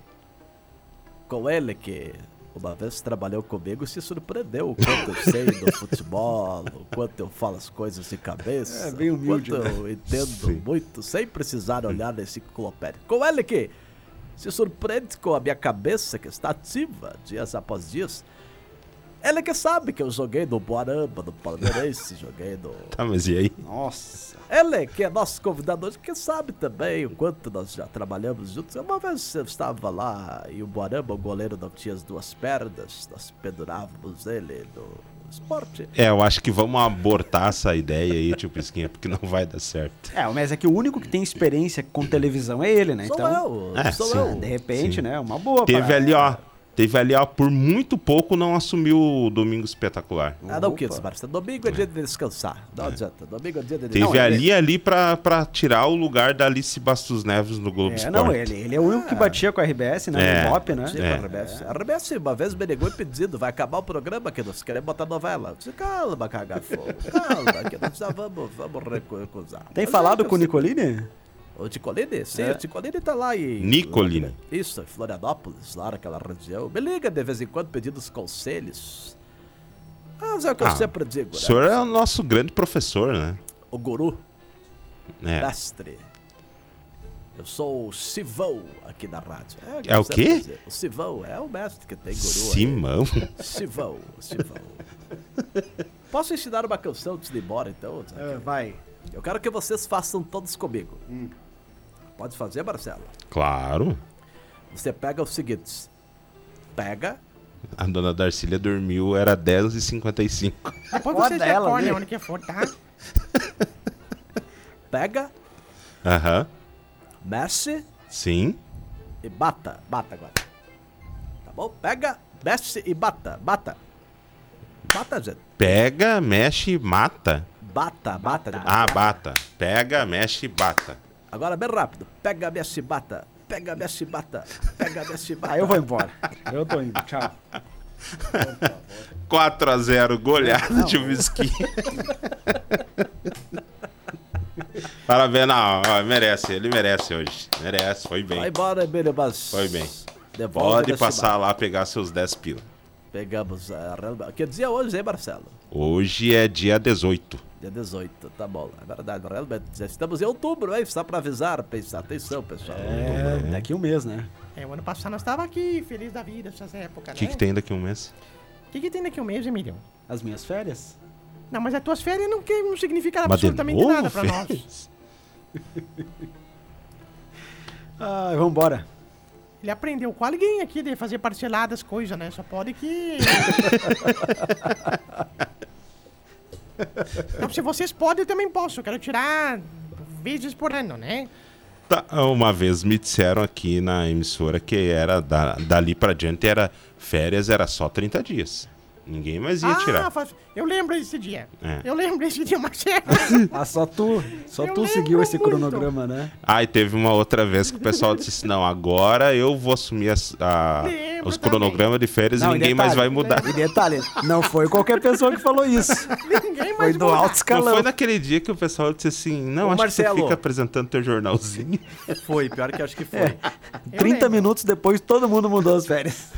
Speaker 2: com ele que uma vez trabalhou comigo e se surpreendeu o quanto eu sei do futebol, o quanto eu falo as coisas de cabeça,
Speaker 4: É, bem humilde,
Speaker 2: o quanto eu entendo muito, sem precisar olhar na enciclopédia. Com ele que se surpreende com a minha cabeça que está ativa dias após dias. Ele que sabe que eu joguei no Boaramba, no Palmeirense, joguei no
Speaker 5: Tá, mas e aí?
Speaker 4: Nossa.
Speaker 2: ele, que é nosso convidado hoje, que sabe também o quanto nós já trabalhamos juntos. Uma vez eu estava lá em Ubarama, o goleiro não tinha as duas pernas, nós pendurávamos ele no esporte.
Speaker 5: É, eu acho que vamos abortar essa ideia aí, tio Pisquinha, porque não vai dar certo.
Speaker 4: É, mas é que o único que tem experiência com televisão é ele, né?
Speaker 2: sou
Speaker 4: Então,
Speaker 2: eu,
Speaker 5: é,
Speaker 2: sou
Speaker 5: sim.
Speaker 2: eu.
Speaker 4: de repente, né? Uma boa.
Speaker 5: Teve
Speaker 4: parada.
Speaker 5: ali, ó. Teve ali, ó, por muito pouco não assumiu o Domingo Espetacular.
Speaker 2: Ah, não quis, Marcelo. Domingo é dia de descansar. Não adianta. Domingo é dia de
Speaker 5: Teve
Speaker 2: descansar.
Speaker 5: ali ali pra, pra tirar o lugar da Alice Bastos Neves no Globo
Speaker 4: É,
Speaker 5: Esporte.
Speaker 4: não, ele, ele é o
Speaker 2: Ah.
Speaker 4: único que batia com a RBS, né?
Speaker 5: É.
Speaker 4: No Ibope, né?
Speaker 5: É.
Speaker 2: Arrebesse. Arrebesse uma vez me ligou e pedindo, vai acabar o programa que nós queremos botar novela. Eu disse, calma, cagafogo, calma, que nós já vamos, vamos recusar. Mas
Speaker 4: Tem
Speaker 2: é
Speaker 4: falado
Speaker 2: que
Speaker 4: com o
Speaker 2: eu sei-
Speaker 4: Nicolini?
Speaker 2: O Ticolini? Sim, o Ticolini tá lá em.
Speaker 5: É. Nicolini.
Speaker 2: lá- Isso, em Florianópolis, lá naquela região. Me liga de vez em quando pedindo os conselhos. Mas é o que
Speaker 5: Ah,
Speaker 2: eu sempre digo,
Speaker 5: O
Speaker 2: né?
Speaker 5: senhor é o nosso grande professor, né?
Speaker 2: O guru,
Speaker 4: Tá
Speaker 5: É.
Speaker 2: mestre. Eu sou o Sivão aqui da rádio. que
Speaker 5: É
Speaker 2: eu
Speaker 5: o
Speaker 2: sempre
Speaker 5: quê?
Speaker 2: digo. O Sivão é o mestre que tem guru. aí.
Speaker 5: Simão.
Speaker 2: Sivão, Sivão. Posso ensinar uma canção antes de ir embora, então?
Speaker 4: vai.
Speaker 2: Eu quero que vocês façam todos comigo. Pode fazer, Marcelo?
Speaker 5: Claro.
Speaker 2: Você pega o seguinte: pega.
Speaker 5: A dona Darcília dormiu, era 10h55.
Speaker 3: Depois
Speaker 4: Foda
Speaker 3: vocês
Speaker 4: ela,
Speaker 3: escolhem
Speaker 4: né?
Speaker 3: onde que for, tá?
Speaker 2: pega,
Speaker 5: Aham.
Speaker 2: mexe
Speaker 5: Sim.
Speaker 2: e bata. Bata agora. Tá bom? Pega, mexe e bata. Bata. Bata, gente.
Speaker 5: Pega, mexe e mata.
Speaker 2: Bata, bata. bata.
Speaker 5: Ah, bata. Pega, mexe e bata.
Speaker 2: Agora bem rápido. Pega, mexe e bata. Pega, mexe e bata. Pega, mexe e bata.
Speaker 4: Ah, eu vou embora. Eu tô indo. Tchau.
Speaker 5: 4x0, goleada de whisky. Parabéns, não, ó, merece, ele merece hoje. Merece, foi
Speaker 2: Vai
Speaker 5: bem.
Speaker 2: embora, Benebas.
Speaker 5: Foi bem.
Speaker 2: Devolve
Speaker 5: Pode
Speaker 2: mexe e
Speaker 5: passar
Speaker 2: bata.
Speaker 5: lá pegar seus 10 pila.
Speaker 2: Pegamos a Real Madrid. Que dia é hoje, hein, Marcelo?
Speaker 5: Hoje é dia 18.
Speaker 2: Dia 18, tá bom. É verdade, realmente. Já estamos em outubro, hein? Só pra avisar, pensar. Atenção, pessoal.
Speaker 4: É, daqui um mês, né?
Speaker 3: É, o ano passado nós tava aqui, feliz da vida, essas épocas,
Speaker 5: O que,
Speaker 3: né?
Speaker 5: que tem daqui um mês?
Speaker 3: O que, que tem daqui um mês, Emílio?
Speaker 4: As minhas férias?
Speaker 3: Não, mas as tuas férias não, que, não significa
Speaker 5: Mas de
Speaker 3: absolutamente
Speaker 5: novo,
Speaker 3: nada pra nós.
Speaker 5: fez?
Speaker 4: Ah, vambora.
Speaker 3: Ele aprendeu com alguém aqui de fazer parceladas, coisa, né? Só pode que. então, se vocês podem, eu também posso. Eu quero tirar vezes por ano, né?
Speaker 5: Tá, uma vez me disseram aqui na emissora que era da, dali pra diante era férias, era só 30 dias. Ninguém mais
Speaker 3: Ah,
Speaker 5: ia tirar.
Speaker 3: faz- eu lembro desse dia.
Speaker 5: É.
Speaker 3: Eu lembro desse dia, é, Marcelo.
Speaker 4: Ah, só tu, só
Speaker 3: Eu
Speaker 4: tu
Speaker 3: lembro
Speaker 4: seguiu esse
Speaker 3: muito.
Speaker 4: cronograma, né?
Speaker 5: Ah, e teve uma outra vez que o pessoal disse: assim, não, agora eu vou assumir as- a-
Speaker 3: Lembro
Speaker 5: os
Speaker 3: também.
Speaker 5: cronogramas de férias
Speaker 4: Não,
Speaker 5: e
Speaker 4: e
Speaker 5: ninguém mais vai
Speaker 4: detalhe, né?
Speaker 5: mudar.
Speaker 4: E detalhe, não foi qualquer pessoa que falou isso.
Speaker 3: Ninguém
Speaker 4: Foi
Speaker 3: mais
Speaker 4: do
Speaker 3: muda.
Speaker 4: alto
Speaker 5: Não
Speaker 4: escalão.
Speaker 5: foi naquele dia que o pessoal disse assim: não,
Speaker 2: Ô,
Speaker 5: acho que
Speaker 2: Marcelo.
Speaker 5: você fica apresentando teu jornalzinho.
Speaker 2: Foi, pior que eu acho que foi.
Speaker 4: 30
Speaker 3: lembro.
Speaker 4: minutos depois, todo mundo mudou as férias.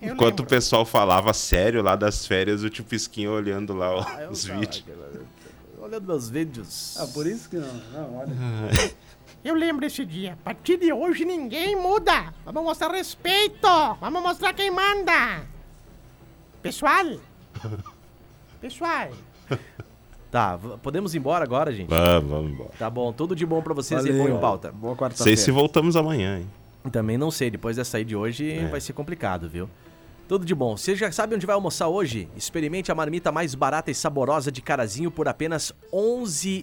Speaker 3: Eu
Speaker 5: Enquanto o
Speaker 3: lembro.
Speaker 5: pessoal falava sério lá das férias, o tio Pisquinho olhando lá ó,
Speaker 2: Eu,
Speaker 5: os
Speaker 2: caraca,
Speaker 5: vídeos.
Speaker 2: velho, tô Olhando meus vídeos.
Speaker 4: Ah, isso que não. Não, olha.
Speaker 3: Eu lembro desse dia. A partir de hoje, ninguém muda. Vamos mostrar respeito. Vamos mostrar quem manda. Pessoal. Pessoal.
Speaker 2: Tá, v- podemos ir embora agora, gente?
Speaker 5: Vamos, vamos embora.
Speaker 2: Tá bom, tudo de bom pra vocês e bom em pauta.
Speaker 4: Boa
Speaker 5: Não sei
Speaker 4: quarta-feira.
Speaker 5: se voltamos amanhã, hein?
Speaker 2: Também não sei, depois dessa aí de hoje vai ser complicado, viu? Tudo de bom. Você já sabe onde vai almoçar hoje? Experimente a marmita mais barata e saborosa de Carazinho por apenas R$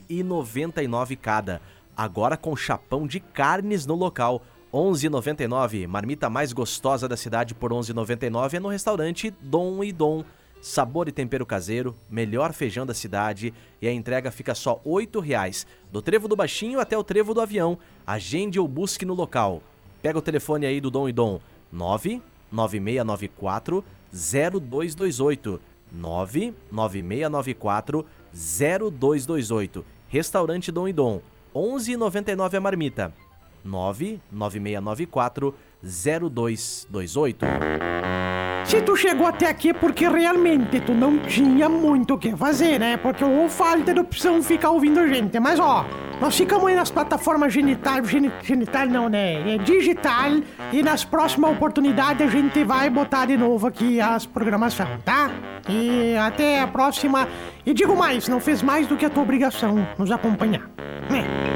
Speaker 2: 11,99 cada. Agora com chapão de carnes no local. R$ 11,99. Marmita mais gostosa da cidade por R$ 11,99 é no restaurante Dom e Dom. Sabor e tempero caseiro, melhor feijão da cidade e a entrega fica só R$ 8,00. Do trevo do baixinho até o trevo do avião. Agende ou busque no local. Pega o telefone aí do Dom e Dom. 99694 0228. 99694 0228. Restaurante Dom e Dom. 11,99 a marmita. 99694 0228.
Speaker 3: Se tu chegou até aqui é porque realmente tu não tinha muito o que fazer, né? Porque ou falta de opção ficar ouvindo a gente. Mas ó, nós ficamos aí nas plataformas genital, geni- genital não, né? É digital. E nas próximas oportunidades a gente vai botar de novo aqui as programações, tá? E até a próxima. E digo mais, não fez mais do que a tua obrigação nos acompanhar. Né?